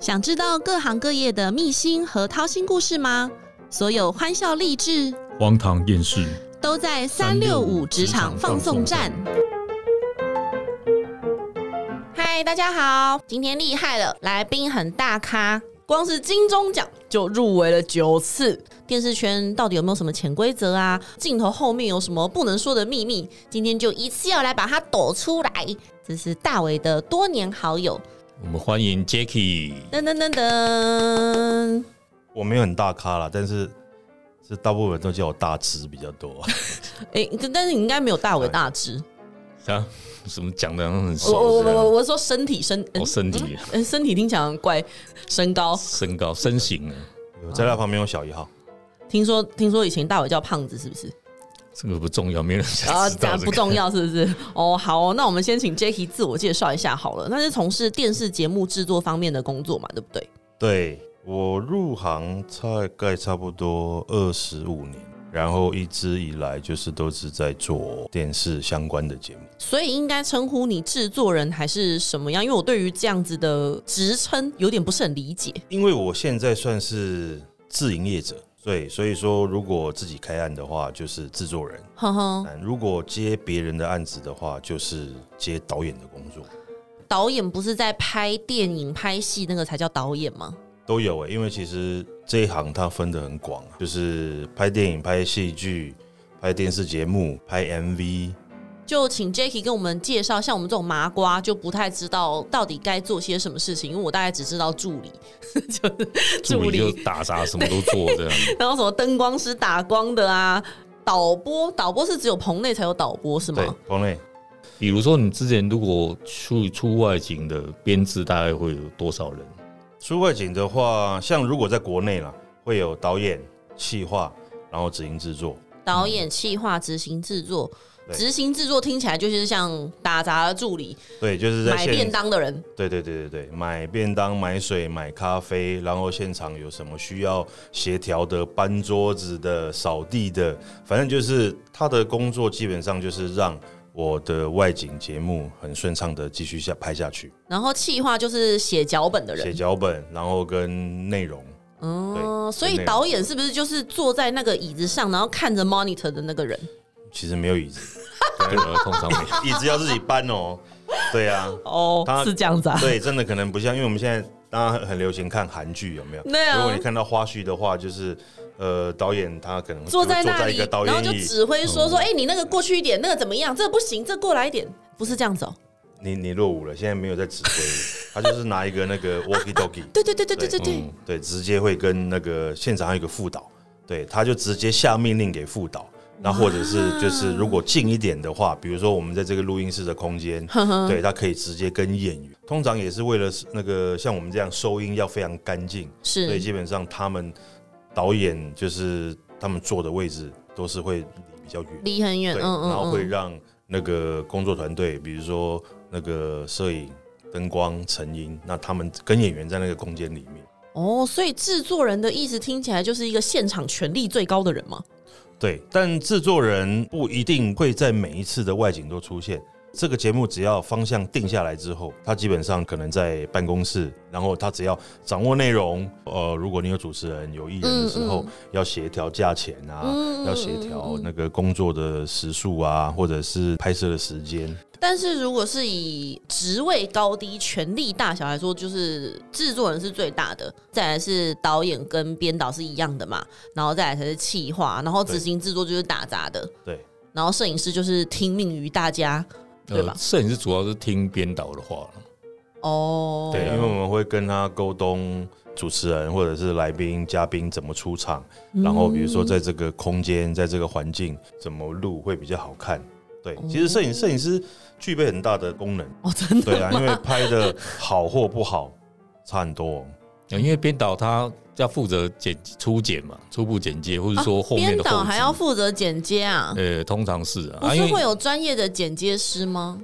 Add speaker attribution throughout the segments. Speaker 1: 想知道各行各业的秘辛和掏心故事吗？所有欢笑励志
Speaker 2: 荒唐厌世，
Speaker 1: 都在三六五职场放送站。嗨，大家好，今天厉害了，来宾很大咖，光是金钟奖就入围了九次。电视圈到底有没有什么潜规则啊？镜头后面有什么不能说的秘密？今天就一次要来把它抖出来。这是大伟的多年好友，
Speaker 2: 我们欢迎 Jacky。
Speaker 1: 噔噔噔噔。
Speaker 3: 我没有很大咖啦，但是是大部分人都叫我大只比较多。
Speaker 1: 哎、但是你应该没有
Speaker 2: 嗯
Speaker 1: 大伟大只。
Speaker 2: 啊，怎么讲的很
Speaker 1: 我我
Speaker 2: 熟这
Speaker 1: 我我
Speaker 2: 样？
Speaker 1: 我说身体身，嗯
Speaker 2: 我身体、
Speaker 1: 嗯身体听起来很怪，身高。
Speaker 2: 身高、身形啊，
Speaker 3: 有在他旁边有小一号，
Speaker 1: 听说听说以前大伟叫胖子，是不是？
Speaker 2: 这个不重要，没人想
Speaker 1: 啊，
Speaker 2: 知道
Speaker 1: 讲
Speaker 2: 这
Speaker 1: 不
Speaker 2: 个。
Speaker 1: 重要是不是？ 哦，好哦那我们先请 Jacky 自我介绍一下好了。那是从事电视节目制作方面的工作嘛，对不对？
Speaker 3: 对我入行大概差不多二十五年，然后一直以来就是都是在做电视相关的节目。
Speaker 1: 所以应该称呼你制作人还是什么样？因为我对于这样子的职称有点不是很理解。
Speaker 3: 因为我现在算是自营业者，对，所以说如果自己开案的话，就是制作人；
Speaker 1: 哼哼，
Speaker 3: 但如果接别人的案子的话，就是接导演的工作。
Speaker 1: 导演不是在拍电影、拍戏那个才叫导演吗？
Speaker 3: 都有欸诶、因为其实这一行它分得很广啊，就是拍电影、拍戏剧、拍电视节目、拍 MV。
Speaker 1: 就请 Jacky 跟我们介绍，像我们这种麻瓜就不太知道到底该做些什么事情，因为我大概只知道助理， 就是
Speaker 2: 助
Speaker 1: 助
Speaker 2: 理就
Speaker 1: 理，
Speaker 2: 打杂，什么都做这样。
Speaker 1: 然后什么灯光师、打光的啊，导播，导播是只有棚内才有导播是
Speaker 3: 对
Speaker 1: 吗？，
Speaker 3: 彭磊，
Speaker 2: 比如说，你之前如果去出外景的编制，大概会有多少人？
Speaker 3: 出外景的话，像如果在国内啦，会有导演、企划，然后执行制作。
Speaker 1: 导演、企划、执行制作，
Speaker 3: 对
Speaker 1: 执行制作听起来就是像打杂的助理、
Speaker 3: 对，就是在
Speaker 1: 买便
Speaker 3: 现
Speaker 1: 当的人，
Speaker 3: 对对对对对，买便当、买水、买咖啡，然后现场有什么需要协调的，搬桌子的、扫地的，反正就是他的工作基本上就是让我的外景节目很顺畅的继续下拍下去，
Speaker 1: 然后企划就是写脚本的
Speaker 3: 写
Speaker 1: 人。
Speaker 3: 脚本，然后跟内容。
Speaker 1: 嗯，
Speaker 3: 对
Speaker 1: 所以
Speaker 3: 内容
Speaker 1: 导演是不是就是坐在那个椅子上，然后看着 monitor 的那个人？
Speaker 3: 其实没有椅子，
Speaker 2: 对啊，通常没有。
Speaker 3: 椅子要自己搬哦。对呀、
Speaker 1: 哦
Speaker 3: 他
Speaker 1: 这样子啊
Speaker 3: 对，真的可能不像，因为我们现在当然很流行看韩剧，有没有？
Speaker 1: 对啊
Speaker 3: 如果你看到花絮的话，就是呃，导演他可能
Speaker 1: 坐
Speaker 3: 就会
Speaker 1: 在
Speaker 3: 坐
Speaker 1: 那
Speaker 3: 在
Speaker 1: 里
Speaker 3: 一个，导
Speaker 1: 然后就
Speaker 3: 演椅。嗯
Speaker 1: 指挥说说，哎、你那个过去一点，那个怎么样？这不行，这过来一点，不是这样子哦。
Speaker 3: 你你落伍了，现在没有在指挥了，他就是拿一个那个 walkie talkie，
Speaker 1: 对对对对对对对，
Speaker 3: 嗯对，直接会跟那个现场还有一个副导，对，他就直接下命令给副导，那或者是就是如果近一点的话，比如说我们在这个录音室的空间，
Speaker 1: 嗯
Speaker 3: 对，他可以直接跟演员，通常也是为了那个像我们这样收音要非常干净，所以
Speaker 1: 是
Speaker 3: 基本上他们导演就是他们坐的位置都是会离比较远，
Speaker 1: 离很远，
Speaker 3: 对，
Speaker 1: 嗯
Speaker 3: 然后
Speaker 1: 嗯
Speaker 3: 会
Speaker 1: 嗯。
Speaker 3: 让那个工作团队，比如说那个摄影、灯光、成音，那他们跟演员在那个空间里面，
Speaker 1: 哦，所以制作人的意思听起来就是一个现场权力最高的人嘛。
Speaker 3: 对。但制作人不一定会在每一次的外景都出现。这个节目只要方向定下来之后，他基本上可能在办公室，然后他只要掌握内容。呃，如果你有主持人、有艺人的时候，
Speaker 1: 嗯
Speaker 3: 要协调价钱啊，
Speaker 1: 嗯
Speaker 3: 要协调那个工作的时数啊，或者是拍摄的时间。
Speaker 1: 但是如果是以职位高低、权力大小来说，就是制作人是最大的，再来是导演跟编导是一样的嘛，然后再来才是企划，然后执
Speaker 3: 对
Speaker 1: 行制作就是打杂的，
Speaker 3: 对，
Speaker 1: 然后摄影师就是听命于大家。 对吧
Speaker 2: 呃，摄影师主要是听编导的话了。
Speaker 1: 哦，
Speaker 3: 对，
Speaker 2: 对啊
Speaker 3: 因为我们会跟他沟通主持人或者是来宾嘉宾怎么出场，然后比如说在这个空间，在这个环境怎么录会比较好看。对，其实摄影摄影师具备很大的功能，
Speaker 1: 哦，真的
Speaker 3: 对啊，因为拍的好或不好差很多哦。
Speaker 2: 呃因为编导他要负责剪初剪嘛，初步剪接，或者说后面
Speaker 1: 啊编
Speaker 2: 的后
Speaker 1: 导还要
Speaker 2: 置
Speaker 1: 负责剪接啊？
Speaker 2: 呃，通常是啊，
Speaker 1: 不
Speaker 2: 啊
Speaker 1: 是
Speaker 2: 因为
Speaker 1: 会有专业的剪接师吗？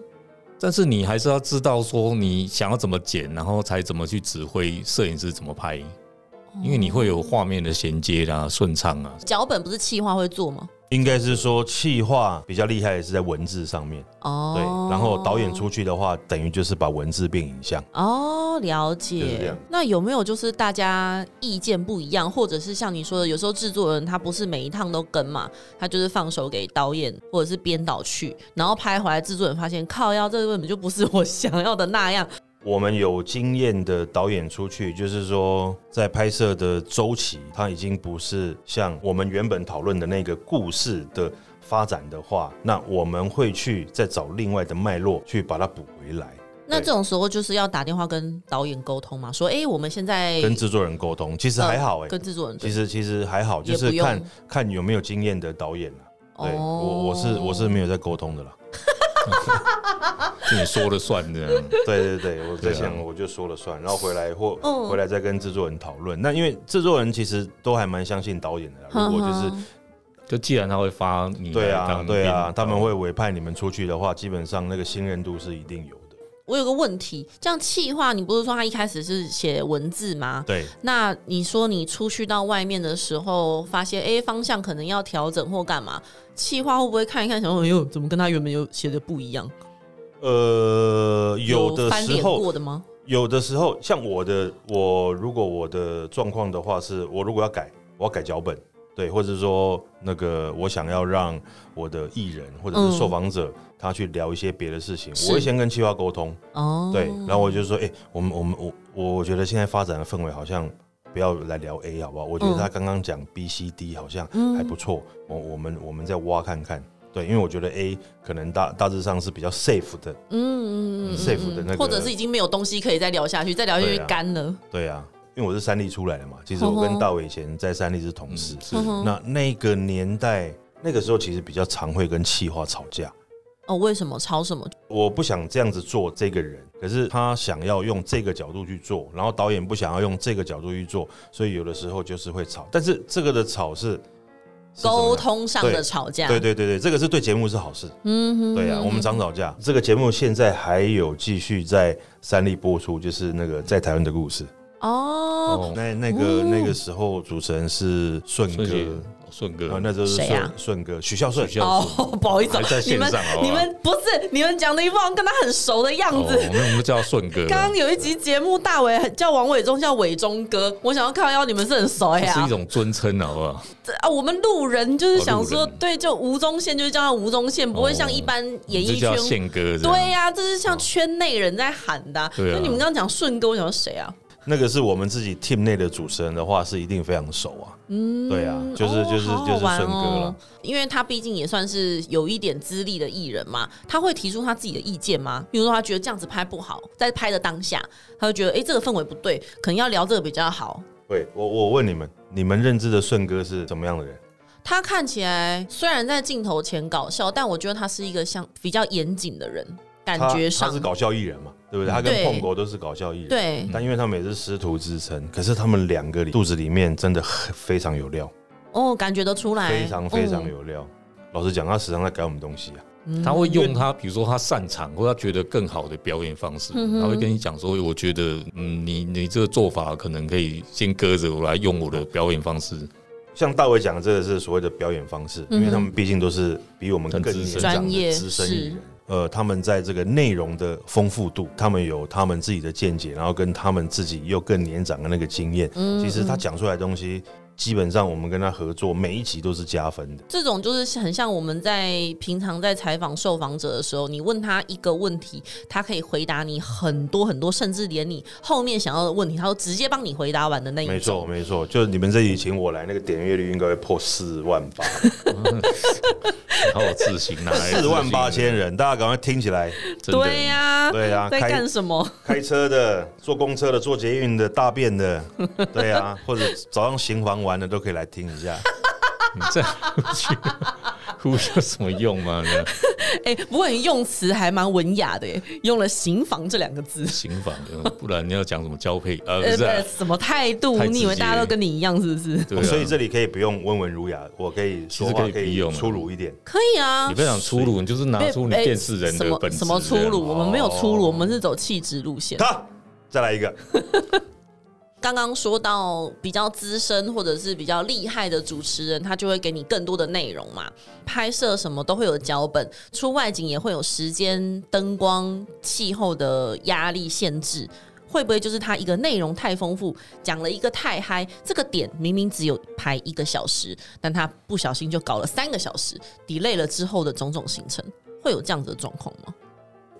Speaker 2: 但是你还是要知道说你想要怎么剪，然后才怎么去指挥摄影师怎么拍，因为你会有画面的衔接啦、顺畅啊。
Speaker 1: 脚本不是企划会做吗？
Speaker 3: 应该是说气化比较厉害的是在文字上面，
Speaker 1: 哦，
Speaker 3: 对。然后导演出去的话，等于就是把文字变影像。
Speaker 1: 哦，了
Speaker 3: 就是这
Speaker 1: 解
Speaker 3: 样。
Speaker 1: 那有没有就是大家意见不一样，或者是像你说的，有时候制作人他不是每一趟都跟嘛，他就是放手给导演或者是编导去，然后拍回来，制作人发现靠腰，这个根本就不是我想要的那 样。
Speaker 3: 我们有经验的导演出去，就是说在拍摄的周期，它已经不是像我们原本讨论的那个故事的发展的话，那我们会去再找另外的脉络去把它补回来，
Speaker 1: 那这种时候就是要打电话跟导演沟通嘛，说哎、诶我们现在
Speaker 3: 跟制作人沟通。其实还好哎、
Speaker 1: 跟制作人
Speaker 3: 其实其实还好，
Speaker 1: 也
Speaker 3: 就
Speaker 1: 不
Speaker 3: 是
Speaker 1: 用哦
Speaker 3: 看看有没有经验的导演啦。对、我我是我是没有在沟通的啦。
Speaker 2: 是你说了算这样。
Speaker 3: 对对对，我在
Speaker 2: 对啊
Speaker 3: 想我就说了算，然后回来或
Speaker 1: 嗯
Speaker 3: 回来再跟制作人讨论。那因为制作人其实都还蛮相信导演的啦，如果就是。
Speaker 2: 就既然他会发你，
Speaker 3: 对啊，对啊，他们会委派你们出去的话，基本上那个信任度是一定有的。
Speaker 1: 我有个问题，这样气话，你不是说他一开始是写文字吗？
Speaker 3: 对，
Speaker 1: 那你说你出去到外面的时候，发现哎、诶方向可能要调整或干嘛，气话会不会看一看，想说哎呦怎么跟他原本有写的不一样？
Speaker 3: 呃，有的
Speaker 1: 翻
Speaker 3: 时
Speaker 1: 脸
Speaker 3: 候，
Speaker 1: 过的吗？
Speaker 3: 有的时候，像我的，我如果我的状况的话是，我如果要改，我要改脚本，对，或者说那个我想要让我的艺人或者
Speaker 1: 嗯
Speaker 3: 是受访者、他去聊一些别的事情，
Speaker 1: 是
Speaker 3: 我会先跟企划沟通，
Speaker 1: 哦，
Speaker 3: 对，然后我就说，哎、我们我们我我我觉得现在发展的氛围好像不要来聊 A 好不好？我觉得
Speaker 1: 嗯
Speaker 3: 他刚刚讲 B、C、D 好像
Speaker 1: 嗯
Speaker 3: 还不错，我我们我们再挖看看。对，因为我觉得 A 可能大大致上是比较 safe 的，
Speaker 1: 嗯嗯嗯嗯嗯
Speaker 3: safe 的那个
Speaker 1: 或者是已经没有东西可以再聊下去，再聊下去
Speaker 3: 对啊
Speaker 1: 干了。
Speaker 3: 对啊，因为我是三立出来的嘛，其实
Speaker 1: 嗯哼
Speaker 3: 我跟大伟以前在三立是同事，
Speaker 2: 是
Speaker 1: 嗯哼
Speaker 3: 那那个年代那个时候其实比较常会跟企划吵架，
Speaker 1: 哦，为什么吵什么？
Speaker 3: 我不想这样子做这个人，可是他想要用这个角度去做，然后导演不想要用这个角度去做，所以有的时候就是会吵。但是这个的吵是是怎么样
Speaker 1: 沟通啊上的吵架。
Speaker 3: 对啊对对对，这个是对节目是好事。
Speaker 1: 嗯哼，
Speaker 3: 对啊，我们常吵架。这个节目现在还有继续在三立播出，就是那个在台湾的故事。
Speaker 1: 哦，
Speaker 2: 哦，
Speaker 3: 那那个那个时候主持人是顺
Speaker 2: 顺
Speaker 3: 哥
Speaker 2: 哥，，顺
Speaker 3: 啊，
Speaker 2: 哥，
Speaker 3: 那时候是
Speaker 1: 谁啊
Speaker 3: 顺顺哥，许孝顺。
Speaker 2: 许孝
Speaker 1: 哦，不好意思哦
Speaker 2: 还，在
Speaker 1: 你
Speaker 2: 线
Speaker 1: 们
Speaker 2: 上好不好
Speaker 1: 你们不是你们讲的一副好像跟他很熟的样子。
Speaker 2: 哦，那我们就叫顺哥。
Speaker 1: 刚刚有一集节目，大伟很叫王伟忠叫伟忠哥，我想要看到你们是很熟哎
Speaker 2: 这
Speaker 1: 呀、
Speaker 2: 是一种尊称，好不好？
Speaker 1: 这啊，我们路人就是想说，
Speaker 2: 哦路人
Speaker 1: 对，就吴宗宪就是叫他吴宗宪，不会像一般演
Speaker 2: 就
Speaker 1: 艺圈
Speaker 2: 叫。宪哥这样。
Speaker 1: 对啊呀、这是像圈内人在喊的、
Speaker 2: 对啊
Speaker 1: 那你们刚刚讲顺哥，我想说谁啊？
Speaker 3: 那个是我们自己 team 内的主持人的话，是一定非常熟啊。嗯，对啊，就是、
Speaker 1: 哦
Speaker 3: 就是
Speaker 1: 好好
Speaker 3: 就是
Speaker 1: 玩
Speaker 3: 顺哥了
Speaker 1: 哦。，因为他毕竟也算是有一点资历的艺人嘛，他会提出他自己的意见吗？比如说他觉得这样子拍不好，在拍的当下，他会觉得哎、诶这个氛围不对，可能要聊这个比较好。
Speaker 3: 对，我我问你们，你们认知的顺哥是怎么样的人？
Speaker 1: 他看起来虽然在镜头前搞笑，但我觉得他是一个像比较严谨的人，感
Speaker 3: 他
Speaker 1: 觉
Speaker 3: 他
Speaker 1: 上嗯
Speaker 3: 是搞笑艺人嘛，对不对？他跟
Speaker 1: 对
Speaker 3: 碰狗都是搞笑艺人，。嗯
Speaker 1: 对。
Speaker 3: 但因为他们也是师徒之称，可是他们两个里肚子里面真的很非常有料，
Speaker 1: 哦，感觉得出来，
Speaker 3: 非常非常
Speaker 1: 嗯、
Speaker 3: 有料。老实讲，他时常在改我们东西啊。
Speaker 2: 他会用他，比如说他擅长或他觉得更好的表演方式，
Speaker 1: 嗯
Speaker 2: 他会跟你讲说：“我觉得，嗯，你你这个做法可能可以先搁着，我来用我的表 演方式。
Speaker 3: 像大伟讲的，这个是所谓的表演方式，因为他们毕竟都是比我们更
Speaker 2: 很资
Speaker 3: 年
Speaker 2: 深
Speaker 3: 长
Speaker 1: 嗯专业
Speaker 3: 的资深艺人
Speaker 1: 是。
Speaker 3: 呃，他们在这个内容的丰富度，他们有他们自己的见解，然后跟他们自己又更年长的那个经验，
Speaker 1: 嗯
Speaker 3: 其实他讲出来的东西，基本上我们跟他合作，每一集都是加分的。
Speaker 1: 这种就是很像我们在平常在采访受访者的时候，你问他一个问题，他可以回答你很多很多，甚至连你后面想要的问题，他都直接帮你回答完的那
Speaker 3: 没
Speaker 1: 一
Speaker 3: 错，
Speaker 1: 种。
Speaker 3: 没错，就是你们这集请我来，那个点阅率应该会破四万八，
Speaker 2: 好有自信，哪来的自
Speaker 3: 四
Speaker 2: 信
Speaker 3: 万八千人，大家赶快听起来。
Speaker 2: 真的
Speaker 1: 对呀、
Speaker 3: 对啊，
Speaker 1: 在
Speaker 3: 开
Speaker 1: 干什么？
Speaker 3: 开车的、坐公车的、坐捷运的、大 便的，对啊，或者早上行房完的都可以来听一下。
Speaker 2: 你嗯这样呼吸呼有什么用啊吗？你
Speaker 1: 哎、不过你用词还蛮文雅的耶，用了“刑房”这两个字。
Speaker 3: 啊
Speaker 2: 刑法的，不然你要讲什么交配？呃，不
Speaker 1: 呃，
Speaker 2: 是啊、
Speaker 1: 不什么态度？
Speaker 2: 太直
Speaker 1: 你以为大家
Speaker 2: 接
Speaker 1: 都跟你一样是不是？
Speaker 2: 对啊，
Speaker 3: 哦所以这里可以不用温文儒雅，我可以说
Speaker 2: 其
Speaker 3: 话
Speaker 2: 实
Speaker 3: 可
Speaker 2: 可以不
Speaker 3: 以
Speaker 2: 用啊
Speaker 3: 粗鲁一点。
Speaker 1: 可以啊，
Speaker 2: 你非常粗鲁，你就是拿出你
Speaker 1: 哎
Speaker 2: 电视人
Speaker 1: 什
Speaker 2: 的
Speaker 1: 么
Speaker 2: 本质啊哦
Speaker 1: 什么粗
Speaker 2: 这样
Speaker 1: 鲁？我们没有粗鲁，
Speaker 3: 哦
Speaker 1: 我们是走气质路线。
Speaker 3: 他再来一个，
Speaker 1: 刚刚说到比较资深或者是比较厉害的主持人，他就会给你更多的内容嘛。拍摄什么都会有脚本，出外景也会有时间、灯光、气候的压力限制。会不会就是他一个内容太丰富，讲了一个太嗨，这个点明明只有排一个小时，但他不小心就搞了三个小时，delay 了之后的种种行程，会有这样子的状况吗？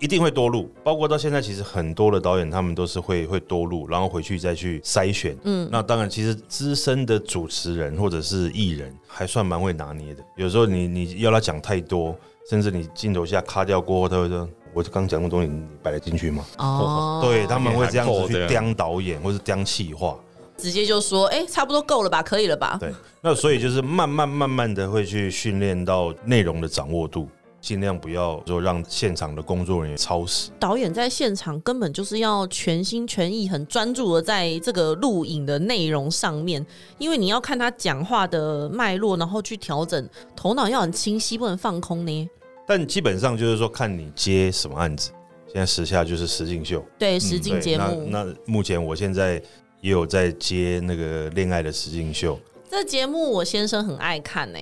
Speaker 3: 一定会多录，包括到现在，其实很多的导演他们都是会会多录，然后回去再去筛选。嗯，那当然，其实资深的主持人或者是艺人还算蛮会拿捏的。有时候你你要他讲太多，甚至你镜头下卡掉过后，他会说：“我刚讲过东西，你摆得进去吗？”
Speaker 1: 哦，
Speaker 3: 对他们会这样子
Speaker 2: 对
Speaker 3: 去
Speaker 2: 啊
Speaker 3: 刁导演或是刁企划。
Speaker 1: 直接就说，哎、差不多够了吧，可以了吧？
Speaker 3: 对，那所以就是慢慢慢慢的会去训练到内容的掌握度，尽量不要说让现场的工作人员超时。
Speaker 1: 导演在现场根本就是要全心全意、很专注的在这个录影的内容上面，因为你要看他讲话的脉络，然后去调整，头脑要很清晰，不能放空呢。
Speaker 3: 但基本上就是说看你接什么案子。现在时下就是实境秀，
Speaker 1: 对，实
Speaker 2: 嗯
Speaker 1: 境
Speaker 3: 对，
Speaker 1: 节
Speaker 3: 那
Speaker 1: 目，
Speaker 3: 那目前我现在也有在接那个恋爱的实境秀，
Speaker 1: 这节目我先生很爱看呢、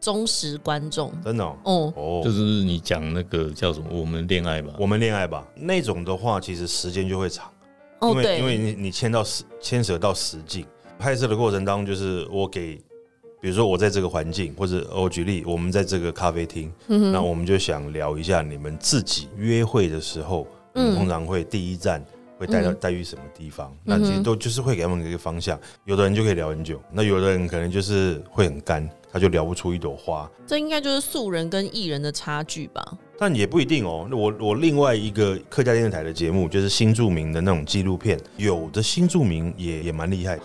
Speaker 1: 忠实观众。
Speaker 3: 真的哦。
Speaker 1: 哦，
Speaker 3: 哦
Speaker 2: 就是你讲那个叫什么？我们恋爱吧，
Speaker 3: 我们恋爱吧，那种的话，其实时间就会长。
Speaker 1: 哦，
Speaker 3: 因为因为
Speaker 1: 对，
Speaker 3: 你你牵到实牵扯到实境拍摄的过程当中，就是我给，比如说我在这个环境，或者我举例，我们在这个咖啡厅，
Speaker 1: 嗯
Speaker 3: 那我们就想聊一下你们自己约会的时候，
Speaker 1: 嗯嗯
Speaker 3: 嗯，通常会第一站会带到带去什么地方？那其实都就是会给他们一个方向。有的人就可以聊很久，那有的人可能就是会很干，他就聊不出一朵花。
Speaker 1: 这应该就是素人跟艺人的差距吧？
Speaker 3: 但也不一定哦。那我我另外一个客家电视台的节目，就是新著名的那种纪录片，有的新著名也也蛮厉害。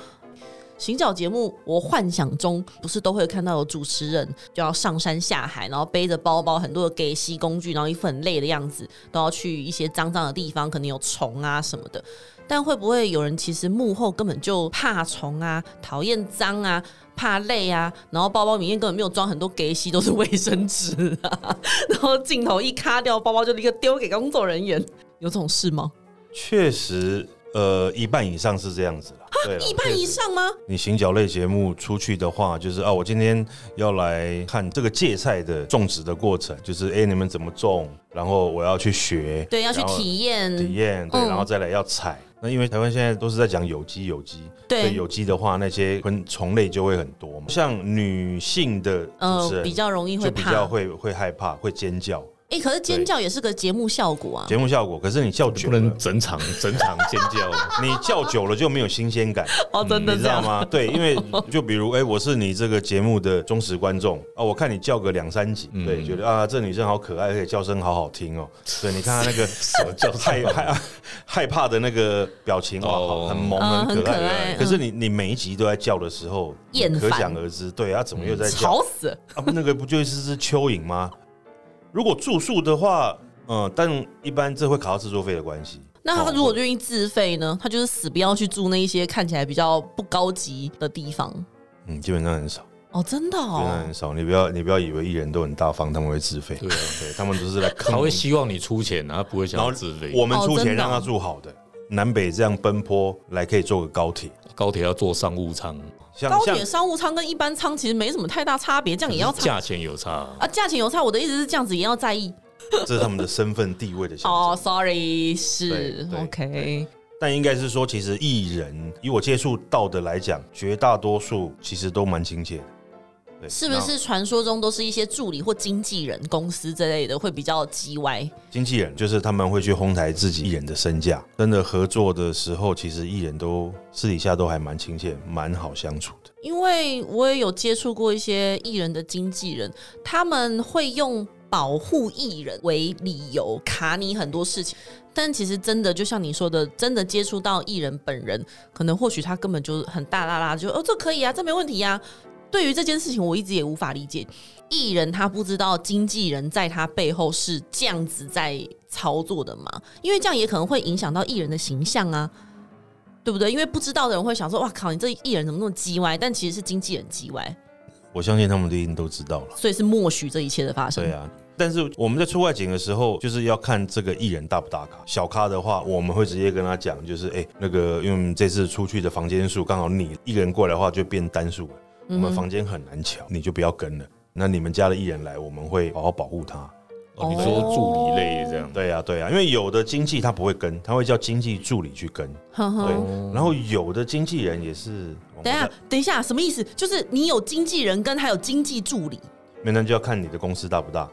Speaker 1: 行脚节目，我幻想中不是都会看到有主持人就要上山下海，然后背着包包，很多的给吸工具，然后一副很累的样子，都要去一些脏脏的地方，可能有虫啊什么的。但会不会有人其实幕后根本就怕虫啊，讨厌脏啊，怕累啊，然后包包里面根本没有装很多给吸，都是卫生纸啊， 然后镜头一卡掉，包包就立刻丢给工作人员，有这种事吗？
Speaker 3: 哦确实，呃，一半以上是这样子了。对啦，
Speaker 1: 一半以上吗？
Speaker 3: 你行脚类节目出去的话，就是啊，我今天要来看这个芥菜的种植的过程，就是哎、诶你们怎么种，然后我要去学，
Speaker 1: 对，要去
Speaker 3: 然后
Speaker 1: 体验，
Speaker 3: 体验，对，
Speaker 1: 嗯
Speaker 3: 然后再来要采。那因为台湾现在都是在讲有机，有机，
Speaker 1: 对
Speaker 3: 所以有机的话，那些昆虫类就会很多嘛。像女性的主
Speaker 1: 嗯，
Speaker 3: 持人
Speaker 1: 比较容易会
Speaker 3: 就比
Speaker 1: 怕，
Speaker 3: 较会会害怕，会尖叫，
Speaker 1: 哎、可是尖叫也是个节目效果啊。
Speaker 3: 节目效果。可是你叫久
Speaker 2: 不
Speaker 3: 了，
Speaker 1: 哦
Speaker 2: 能整场整场尖叫。
Speaker 3: 你叫久了就没有新鲜感。
Speaker 1: 哦，真的
Speaker 3: 嗯你知
Speaker 1: 这
Speaker 3: 道
Speaker 1: 样？
Speaker 3: 吗？对，因为就比如，哎、我是你这个节目的忠实观众啊，我看你叫个两三集，对，觉得啊，这女生好可爱，而且叫声好好听哦。对，你看她那个什么叫害害害怕的那个表情，哇，
Speaker 2: 哦
Speaker 3: 好很萌，
Speaker 1: 嗯
Speaker 3: 很可
Speaker 1: 很可爱
Speaker 3: 爱。可是你你每一集都在叫的时候，
Speaker 1: 厌烦
Speaker 3: 可想而知，对啊，怎么又在叫？
Speaker 1: 吵死了！
Speaker 3: 啊，那个不就是只蚯蚓吗？如果住宿的话，嗯，但一般这会卡到制作费的关系。
Speaker 1: 那他
Speaker 3: 哦
Speaker 1: 如果愿意自费呢？他就是死不要去住那一些看起来比较不高级的地方。
Speaker 3: 嗯，基本上很少。
Speaker 1: 哦，真的
Speaker 3: 真的
Speaker 1: 哦，
Speaker 3: 很少。你不要你不要以为艺人都很大方，他们会自费，
Speaker 2: 对啊，
Speaker 3: 对他们都 是来坑
Speaker 2: 他
Speaker 3: 我
Speaker 2: 会
Speaker 3: 们，
Speaker 2: 希望你出钱，他不会想
Speaker 3: 然
Speaker 2: 要
Speaker 3: 后
Speaker 2: 自费。
Speaker 3: 我们
Speaker 1: 哦真
Speaker 3: 出
Speaker 1: 的
Speaker 3: 钱
Speaker 1: 哦
Speaker 3: 让他住好的。南北这样奔波来可以坐个高铁，
Speaker 2: 高铁要坐商务舱，
Speaker 3: 像
Speaker 1: 高
Speaker 3: 像
Speaker 1: 铁商务舱跟一般舱其实没什么太大差别，这样也要差
Speaker 2: 价钱有差。
Speaker 1: 啊？价钱有差，我的意思是这样子也要在意。
Speaker 3: 这是他们的身份地位的象征。
Speaker 1: 哦，sorry，是
Speaker 3: 对对
Speaker 1: OK，
Speaker 3: 但应该是说，其实艺人以我接触到的来讲，绝大多数其实都蛮亲切的，对
Speaker 1: 是不？是传说中都是一些助理或经纪人公司之类的会比较叽歪？
Speaker 3: 那经纪人就是他们会去哄抬自己艺人的身价，真的合作的时候，其实艺人都私底下都还蛮亲切，蛮好相处的。
Speaker 1: 因为我也有接触过一些艺人的经纪人，他们会用保护艺人为理由卡你很多事情，但其实真的就像你说的，真的接触到艺人本人，可能或许他根本就很大啦啦，就哦这可以啊，这没问题啊。对于这件事情，我一直也无法理解，艺人他不知道经纪人在他背后是这样子在操作的嘛？因为这样也可能会影响到艺人的形象啊。对不对？因为不知道的人会想说：“哇靠，你这艺人怎么那么叽歪？”但其实是经纪人叽歪，
Speaker 3: 我相信他们一定都知道了。
Speaker 1: 所以是默许这一切的发生。
Speaker 3: 对啊，但是我们在出外景的时候，就是要看这个艺人大不大咖。小咖的话，我们会直接跟他讲，就是哎、那个，因为我们这次出去的房间数刚好你一个人过来的话，就变单数了，我
Speaker 1: 嗯
Speaker 3: 们房间很难抢，你就不要跟了。那你们家的艺人来，我们会好好保护他。
Speaker 2: 哦，你说助理类这样，
Speaker 3: 对呀、对呀、因为有的经纪他不会跟，他会叫经纪助理去跟。
Speaker 1: 哼
Speaker 3: 对，
Speaker 1: 哼，
Speaker 3: 然后有的经纪人也是，我
Speaker 1: 哦等一下
Speaker 3: 在，
Speaker 1: 等一下，什么意思？就是你有经纪人跟还有经济助理，
Speaker 3: 没那就要看你的公司大不大。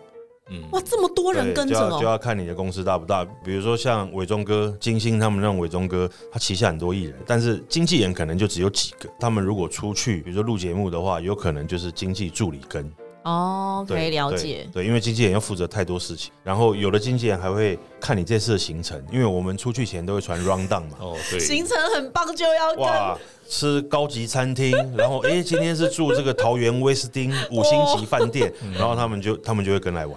Speaker 2: 嗯，
Speaker 1: 哇，这么多人
Speaker 3: 对，
Speaker 1: 跟
Speaker 3: 就
Speaker 1: 着
Speaker 3: 要就
Speaker 1: 哦。
Speaker 3: 要看你的公司大不大。比如说像伟忠哥、金星他们那种伟忠哥，他旗下很多艺人，但是经纪人可能就只有几个。他们如果出去，比如说录节目的话，有可能就是经纪助理跟。
Speaker 1: 哦，可
Speaker 3: 对，
Speaker 1: 以了解。
Speaker 3: 对。对，因为经纪人要负责太多事情，然后有的经纪人还会看你这次的行程，因为我们出去前都会传 round down 嘛。
Speaker 2: 哦，对，
Speaker 1: 行程很棒，就要跟
Speaker 3: 哇，吃高级餐厅，然后哎、诶今天是住这个桃园威斯汀五星级饭店，
Speaker 1: 嗯
Speaker 3: 然后他们就他们就会跟来玩。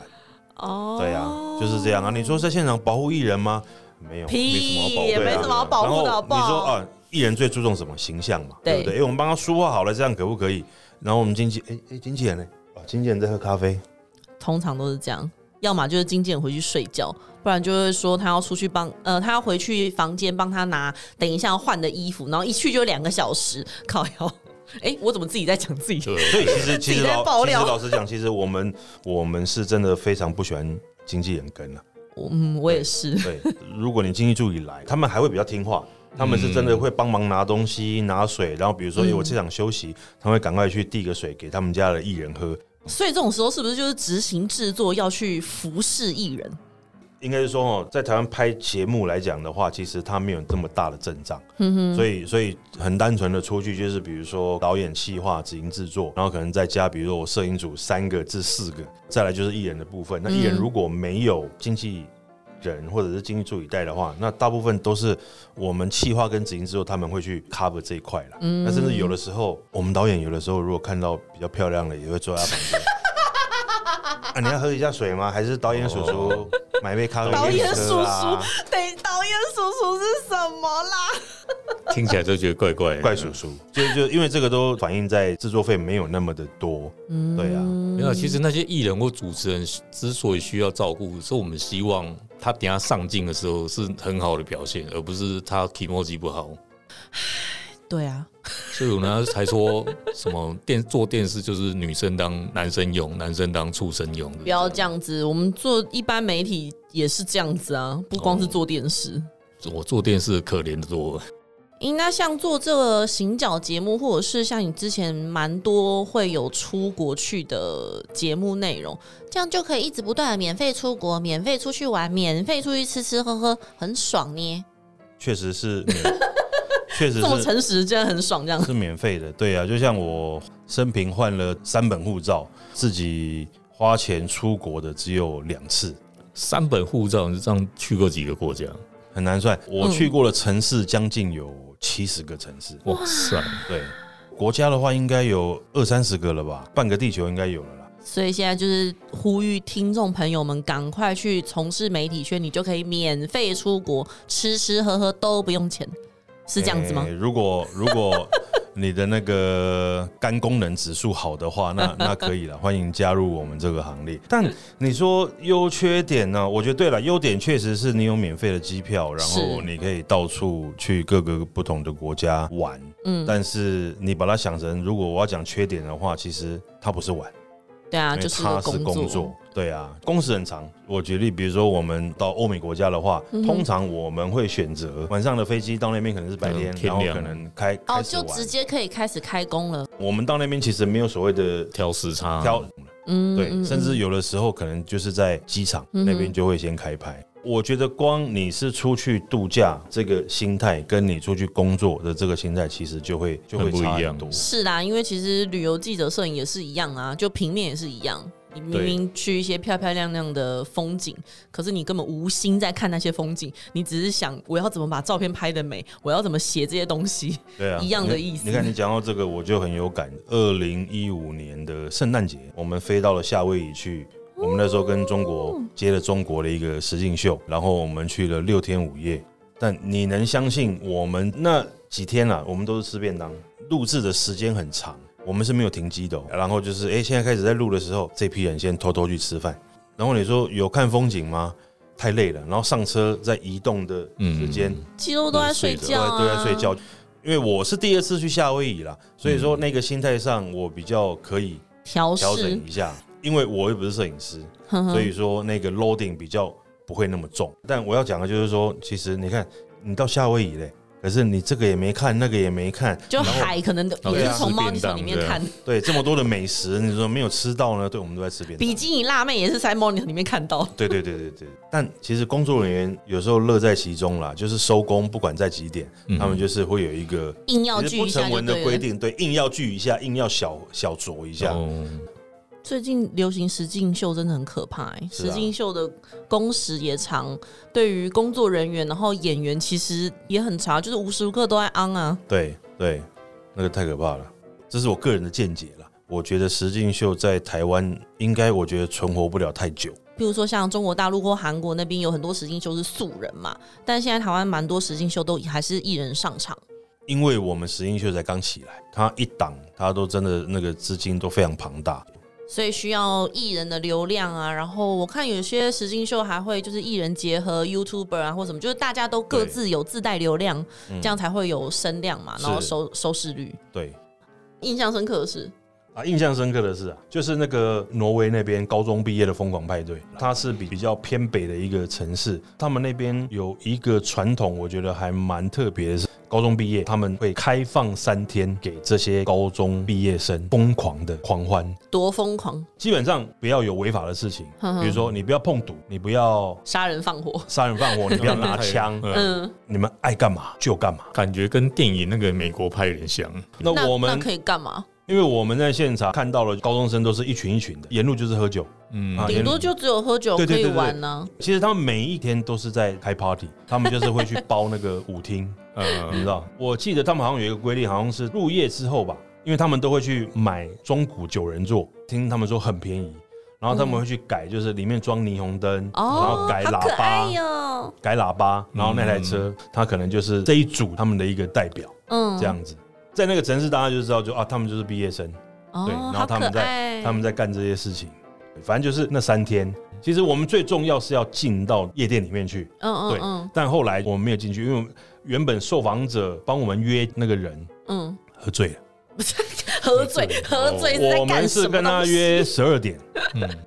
Speaker 1: 哦，
Speaker 3: 对呀、就是这样啊。你说在现场保护艺人吗？没有，
Speaker 1: 屁
Speaker 2: 没
Speaker 1: 也
Speaker 2: 什么好保
Speaker 1: 没什么好保护
Speaker 2: 护的啊
Speaker 1: 的，好不
Speaker 3: 然后
Speaker 1: 好？
Speaker 3: 你说啊，艺人最注重什么形象嘛？
Speaker 1: 对
Speaker 3: 对不对？哎、我们帮他说话好了，这样可不可以？然后我们经纪，哎、哎、经纪人呢？啊，经纪人在喝咖啡。
Speaker 1: 通常都是这样，要么就是经纪人回去睡觉，不然就会说他要出去帮呃，他要回去房间帮他拿等一下要换的衣服，然后一去就两个小时，靠腰。哎、我怎么自己在讲自己？
Speaker 2: 对，
Speaker 3: 所以其
Speaker 1: 自
Speaker 3: 实其
Speaker 1: 己
Speaker 3: 实
Speaker 1: 在
Speaker 3: 老
Speaker 1: 爆
Speaker 3: 其
Speaker 1: 料
Speaker 3: 实老实讲，其实我们我们是真的非常不喜欢经纪人跟了、啊
Speaker 1: 我嗯，我也是。
Speaker 3: 对， 如果你经济助理来，他们还会比较听话，他们是真的会帮忙拿东西、拿水，然后比如说，哎、
Speaker 1: 嗯
Speaker 3: 我这场休息，他们会赶快去递个水给他们家的艺人喝。
Speaker 1: 所以这种时候是不是就是执行制作要去服侍艺人？
Speaker 3: 应该是说哦，在台湾拍节目来讲的话，其实他没有这么大的阵仗，所以所以很单纯的出去就是，比如说导演、企划、执行制作，然后可能再加，比如说我摄影组三个至四个，再来就是艺人的部分。那艺人
Speaker 1: 嗯
Speaker 3: 如果没有经纪人或者是经济助理带的话，那大部分都是我们企划跟执行制作他们会去 cover 这一块啦。那甚至有的时候，我们导演有的时候如果看到比较漂亮的，也会坐在他旁边。 啊，你要喝一下水吗？还是导演叔叔
Speaker 2: 哦
Speaker 3: 买杯咖啡
Speaker 1: 导
Speaker 3: 给你
Speaker 1: 演叔
Speaker 3: 喝啊？
Speaker 1: 叔，对，导演叔叔是什么啦？
Speaker 2: 听起来就觉得怪怪的
Speaker 3: 怪叔。叔，就就因为这个都反映在制作费没有那么的多，对啊，
Speaker 2: 没有，其实那些艺人或主持人之所以需要照顾，是我们希望他等一下上镜的时候是很好的表现，而不是他 e m o j i 不好。
Speaker 1: 对啊，
Speaker 2: 所以我呢才说什么电做电视就是女生当男生用，男生当畜生用的。
Speaker 1: 不要这样子，我们做一般媒体也是这样子啊，不光是做电视。
Speaker 2: 我做电视可怜的多了。
Speaker 1: 应该像做这个行脚节目，或者是像你之前蛮多会有出国去的节目内容，这样就可以一直不断的免费出国、免费出去玩、免费出去吃吃喝喝，很爽呢。
Speaker 3: 确实是 免，确实
Speaker 1: 这么
Speaker 3: 是
Speaker 1: 诚实，真的很爽。这样
Speaker 3: 是免费的，对啊，就像我生平换了三本护照，自己花钱出国的只有两次，
Speaker 2: 三本护照，你这样去过几个国家？
Speaker 3: 很难算。我
Speaker 1: 嗯
Speaker 3: 去过的城市将近有七十个城市，
Speaker 2: 哇塞！
Speaker 3: 对，国家的话应该有二三十个了吧，半个地球应该有了啦。
Speaker 1: 所以现在就是呼吁听众朋友们，赶快去从事媒体圈，你就可以免费出国，吃吃喝喝都不用钱，是这样子吗？
Speaker 3: 欸如果如果 你的那个肝功能指数好的话， 那那可以了，欢迎加入我们这个行列。但你说优缺点呢、我觉得对了，优点确实是你有免费的机票，然后
Speaker 1: 是
Speaker 3: 你可以到处去各个不同的国家玩。
Speaker 1: 嗯
Speaker 3: 嗯，但是你把它想成，如果我要讲缺点的话，其实它不是玩。
Speaker 1: 对啊，
Speaker 3: 因
Speaker 1: 就
Speaker 3: 为
Speaker 1: 是
Speaker 3: 它哎是工作，
Speaker 1: 哦
Speaker 3: 对啊，工时很长。我举例，比如说我们到欧美国家的话，
Speaker 1: 嗯
Speaker 3: 通常我们会选择晚上的飞机到那边可能是白天
Speaker 2: 嗯，天
Speaker 3: 然后
Speaker 2: 亮
Speaker 3: 可能开
Speaker 1: 哦，
Speaker 3: 开始
Speaker 1: 就直
Speaker 3: 玩。
Speaker 1: 接可以开始开工了。
Speaker 3: 我们到那边其实没有所谓的
Speaker 2: 调时差，
Speaker 3: 挑，
Speaker 1: 嗯，
Speaker 3: 对
Speaker 1: 嗯，
Speaker 3: 甚至有的时候可能就是在机场那边就会先开拍。我觉得光你是出去度假这个心态，跟你出去工作的这个心态，其实就会就会
Speaker 2: 很不一
Speaker 3: 差
Speaker 2: 样
Speaker 3: 很多。
Speaker 1: 是啦，因为其实旅游记者、摄影也是一样啊，就平面也是一样。你明
Speaker 3: 对
Speaker 1: 明去一些漂漂亮亮的风景，可是你根本无心在看那些风景，你只是想我要怎么把照片拍得美，我要怎么写这些东西。
Speaker 3: 对啊，
Speaker 1: 一样的
Speaker 3: 你
Speaker 1: 意思
Speaker 3: 你看你讲到这个，我就很有感。二零一五年的圣诞节，我们飞到了夏威夷去。我们那时候跟中国接了中国的一个实境秀，然后我们去了六天五夜。但你能相信我们那几天啊，我们都是吃便当，录制的时间很长，我们是没有停机的哦、然后就是，哎、现在开始在录的时候，这批人先偷偷去吃饭。然后你说有看风景吗？太累了，然后上车在移动的时间、
Speaker 1: 肌肉都在睡觉、啊，
Speaker 3: 都在都在睡。觉。因为我是第二次去夏威夷啦，所以说那个心态上我比较可以
Speaker 1: 调
Speaker 3: 调整
Speaker 1: 试，
Speaker 3: 一下，因为我又不是摄影师，
Speaker 1: 呵呵
Speaker 3: 所以说那个 loading 比较不会那么重。但我要讲的就是说，其实你看，你到夏威夷嘞，可是你这个也没看，那个也没看，
Speaker 1: 就
Speaker 3: 然后
Speaker 1: 海可能
Speaker 2: 后
Speaker 1: 也是从猫腻手里面看，
Speaker 3: 对啊这么多的美食，你说没有吃到呢？对，我们都在吃便当
Speaker 1: 比。基尼辣妹也是在猫腻里面看到。
Speaker 3: 对对对对对，但其实工作人员有时候乐在其中啦，就是收工不管在几点，
Speaker 2: 嗯
Speaker 3: 他们就是会有一个
Speaker 1: 硬要
Speaker 3: 其实
Speaker 1: 聚
Speaker 3: 不
Speaker 1: 一下
Speaker 3: 成
Speaker 1: 就
Speaker 3: 文的
Speaker 1: 对
Speaker 3: 规
Speaker 1: 了。
Speaker 3: 定，对，硬要聚一下，硬要小小酌一下，
Speaker 2: 哦，
Speaker 1: 最近流行实境秀真的很可怕、欸，
Speaker 3: 是
Speaker 1: 实
Speaker 3: 啊
Speaker 1: 境秀的工时也长，对于工作人员，然后演员其实也很长，就是无时无刻都在 on 啊。
Speaker 3: 对对，那个太可怕了，这是我个人的见解啦。我觉得石敬秀在台湾应该，我觉得存活不了太久。
Speaker 1: 譬如说像中国大陆或韩国那边有很多实境秀是素人嘛，但现在台湾蛮多实境秀都还是艺人上场。
Speaker 3: 因为我们石英秀才刚起来，他一档他都真的那个资金都非常庞大，
Speaker 1: 所以需要艺人的流量啊，然后我看有些实境秀还会就是艺人结合 YouTuber 啊或什么，就是大家都各自有自带流量，这样才会有声量嘛，
Speaker 3: 嗯是
Speaker 1: 然后收收视率。
Speaker 3: 对
Speaker 1: 印象深刻的是，
Speaker 3: 啊，印象深刻的是啊，就是那个挪威那边高中毕业的疯狂派对，它是比比较偏北的一个城市，他们那边有一个传统，我觉得还蛮特别的是。高中毕业，他们会开放三天给这些高中毕业生疯狂的狂欢，
Speaker 1: 多疯狂，
Speaker 3: 基本上不要有违法的事情，
Speaker 1: 哼哼
Speaker 3: 比如说你不要碰赌，你不要
Speaker 1: 杀人放火，
Speaker 3: 杀人放火，你不要拿枪，
Speaker 2: 嗯，
Speaker 1: 嗯，
Speaker 3: 你们爱干嘛就干嘛。
Speaker 2: 感觉跟电影那个美国派有点像，
Speaker 1: 那
Speaker 3: 那我们
Speaker 1: 那可以干嘛？
Speaker 3: 因为我们在现场看到了高中生都是一群一群的，沿路就是喝酒。
Speaker 2: 嗯
Speaker 3: 啊
Speaker 1: 顶多就只有喝酒
Speaker 3: 对
Speaker 1: 可
Speaker 3: 对
Speaker 1: 以
Speaker 3: 对对
Speaker 1: 玩啊呢、
Speaker 3: 其实他们每一天都是在开 party，他们就是会去包那个 舞厅，你知
Speaker 2: 嗯，
Speaker 3: 道？我记得他们好像有一个规定，好像是入夜之后吧，因为他们都会去买中古九人座，听他们说很便宜，然后他们会去改，就是里面装霓虹灯，然后
Speaker 1: 哦，
Speaker 3: 改
Speaker 1: 好可
Speaker 3: 喇
Speaker 1: 爱
Speaker 3: 叭，
Speaker 1: 哟、
Speaker 3: 改喇叭，然后那台车它可能就是这一组他们的一个代表，
Speaker 1: 嗯
Speaker 3: 这样子。在那个城市，大家就知道就啊，他们就是毕业生，
Speaker 1: 哦，
Speaker 3: 对然后
Speaker 1: 好
Speaker 3: 他们
Speaker 1: 可
Speaker 3: 在
Speaker 1: 爱
Speaker 3: 他们在干这些事情。反正就是那三天，其实我们最重要是要进到夜店里面去，
Speaker 1: 嗯嗯
Speaker 3: 对
Speaker 1: 嗯
Speaker 3: 但后来我们没有进去，因为我们原本受访者帮我们约那个人
Speaker 1: 嗯，
Speaker 3: 喝醉了，
Speaker 1: 喝醉喝醉是在
Speaker 3: 我
Speaker 1: 干
Speaker 3: 们
Speaker 1: 什
Speaker 3: 是
Speaker 1: 么
Speaker 3: 跟他
Speaker 1: 东西
Speaker 3: 约十二点，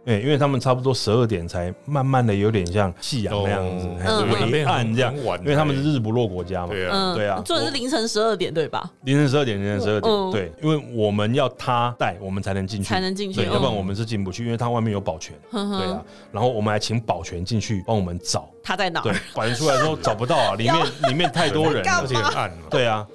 Speaker 3: 对，因为他们差不多十二点才慢慢的有点像夕阳那样子，
Speaker 2: 哦
Speaker 3: 哎
Speaker 1: 对
Speaker 3: 微暗这样，
Speaker 2: 很晚哎
Speaker 3: 因为他们是日不落国家嘛，
Speaker 2: 对啊，
Speaker 1: 嗯，
Speaker 3: 对啊
Speaker 1: 做的是凌晨十二点对吧？
Speaker 3: 凌晨十二点，凌晨十二
Speaker 1: 嗯
Speaker 3: 点，对，因为我们要他带我们才能进去，
Speaker 1: 才能进去
Speaker 3: 对，
Speaker 1: 嗯
Speaker 3: 要不然我们是进不去，因为他外面有保全，
Speaker 1: 哼
Speaker 3: 对
Speaker 1: 哼
Speaker 3: 啊，然后我们还请保全进去帮我们找，
Speaker 1: 他在哪
Speaker 3: 对
Speaker 1: 儿？，
Speaker 3: 保全出来之后找不到啊，里面里面太多人了
Speaker 2: 而。且很暗 嘛，
Speaker 3: 对啊，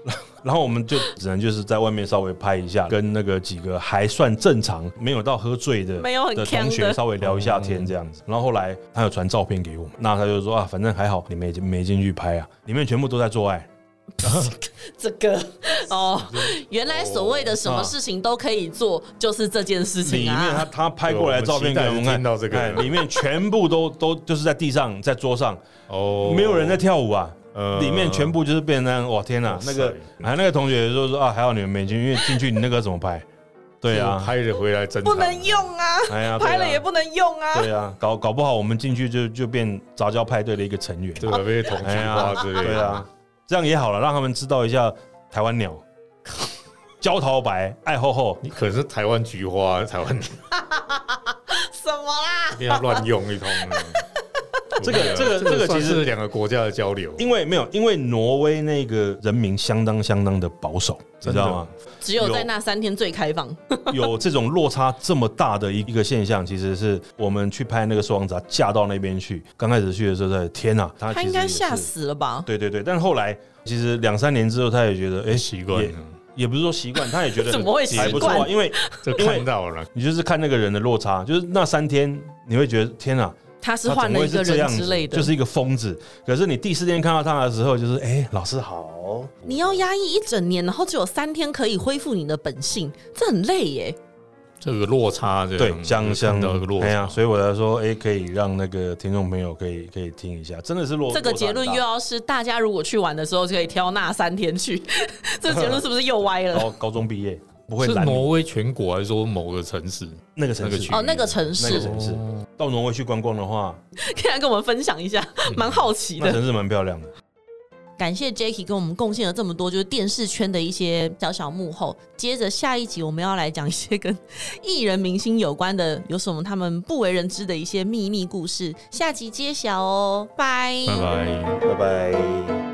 Speaker 3: 然后我们就只能就是在外面稍微拍一下，跟那个几个还算正常、没有到喝醉的
Speaker 1: 没有很
Speaker 3: 的
Speaker 1: 呛
Speaker 3: 同
Speaker 1: 的嗯
Speaker 3: 学稍微聊一下天这样子。然后后来他有传照片给我们，那他就说啊，反正还好，你们也没进去拍啊，里面全部都在做爱。
Speaker 1: 这个哦，原来所谓的什么事情都可以做，就是这件事
Speaker 3: 里
Speaker 1: 情
Speaker 3: 面他
Speaker 1: 啊。
Speaker 3: 他拍过来的照片给我们
Speaker 2: 对我们
Speaker 3: 看，
Speaker 2: 期待着听到这个
Speaker 3: 哎里面全部都都就是在地上、在桌上，
Speaker 2: 哦
Speaker 3: 没有人在，跳舞啊。
Speaker 2: 呃
Speaker 3: 里面全部就是变成那样哇天哪
Speaker 2: 哇！塞
Speaker 3: 那个还有那个同学就说啊，还好你们没进去，因为进去你那个怎么拍？对啊，
Speaker 2: 拍了回来真
Speaker 1: 不能用啊，
Speaker 3: 哎呀对啊
Speaker 1: 拍了也不能用啊。
Speaker 3: 对啊，搞搞不好我们进去就就变杂交派对的一个成员。
Speaker 2: 对吧？被捅菊
Speaker 3: 哎呀
Speaker 2: 花之类的，
Speaker 3: 对啊，这样也好了，让他们知道一下台 湾鸟，焦桃白，爱厚厚。
Speaker 2: 你可能是台湾菊花，台 湾
Speaker 1: 什么啦？
Speaker 2: 不要乱用一通。
Speaker 3: 啊 这个这个这个
Speaker 2: 算
Speaker 3: 其实
Speaker 2: 是啊两个国家的交流，
Speaker 3: 因为没有，因为挪威那个人民相当相当的保守，你
Speaker 2: 真
Speaker 3: 知
Speaker 2: 的
Speaker 3: 道吗？
Speaker 1: 只有在那三天最开放。
Speaker 3: 有这种落差这么大的一一个现象，其实是我们去拍那个双子啊嫁到那边去，刚开始去的时候在，天哪，他
Speaker 1: 他
Speaker 3: 其
Speaker 1: 应
Speaker 3: 实
Speaker 1: 该
Speaker 3: 也是
Speaker 1: 吓。死了吧？
Speaker 3: 对对对，但后来其实两三年之后，他也觉得，哎、
Speaker 2: 习惯
Speaker 3: 也
Speaker 2: 了，
Speaker 3: 也不是说习惯，他 也觉得
Speaker 1: 怎么会习惯
Speaker 3: 还不错、啊，因为
Speaker 2: 这看到了，
Speaker 3: 你就是看那个人的落差，就是那三天你会觉得天啊，
Speaker 1: 他是
Speaker 3: 他
Speaker 1: 换
Speaker 3: 怎么
Speaker 1: 了
Speaker 3: 会
Speaker 1: 一个
Speaker 3: 是这
Speaker 1: 人
Speaker 3: 样
Speaker 1: 之
Speaker 3: 子
Speaker 1: 类的，
Speaker 3: 就是一个疯子。可是你第四天看到他的时候，就是哎、老师好，
Speaker 1: 你要压抑一整年，然后只有三天可以恢复你的本性，这很累耶。
Speaker 2: 这个落差这
Speaker 3: 对
Speaker 2: 样，
Speaker 3: 香
Speaker 2: 看
Speaker 3: 香
Speaker 2: 到一个落
Speaker 3: 哎呀，
Speaker 2: 差，
Speaker 3: 所以我来说，哎、可以让那个听众朋友可以可以听一下，真的是落
Speaker 1: 这个结论又
Speaker 3: 落
Speaker 1: 要是大家如果去玩的时候，就可以挑那三天 去，这结论是不是又歪
Speaker 3: 差很大
Speaker 1: 了？
Speaker 3: 高高中毕业不会
Speaker 2: 是
Speaker 3: 懒
Speaker 2: 挪威全国还是说某个城市？
Speaker 3: 那个城
Speaker 2: 那个
Speaker 3: 市
Speaker 2: 区
Speaker 1: 哦，那个城
Speaker 3: 那个
Speaker 1: 市
Speaker 3: 城市，到挪威去观光的话，
Speaker 1: 可以来跟我们分享一下，
Speaker 3: 嗯
Speaker 1: 蛮好奇
Speaker 3: 那
Speaker 1: 的。
Speaker 3: 城市蛮漂亮的。
Speaker 1: 感谢 Jacky 跟我们贡献了这么多，就是电视圈的一些小小幕后。接着下一集我们要来讲一些跟艺人明星有关的，有什么他们不为人知的一些秘密故事，下集揭晓哦，拜
Speaker 2: 拜拜。
Speaker 3: 拜拜。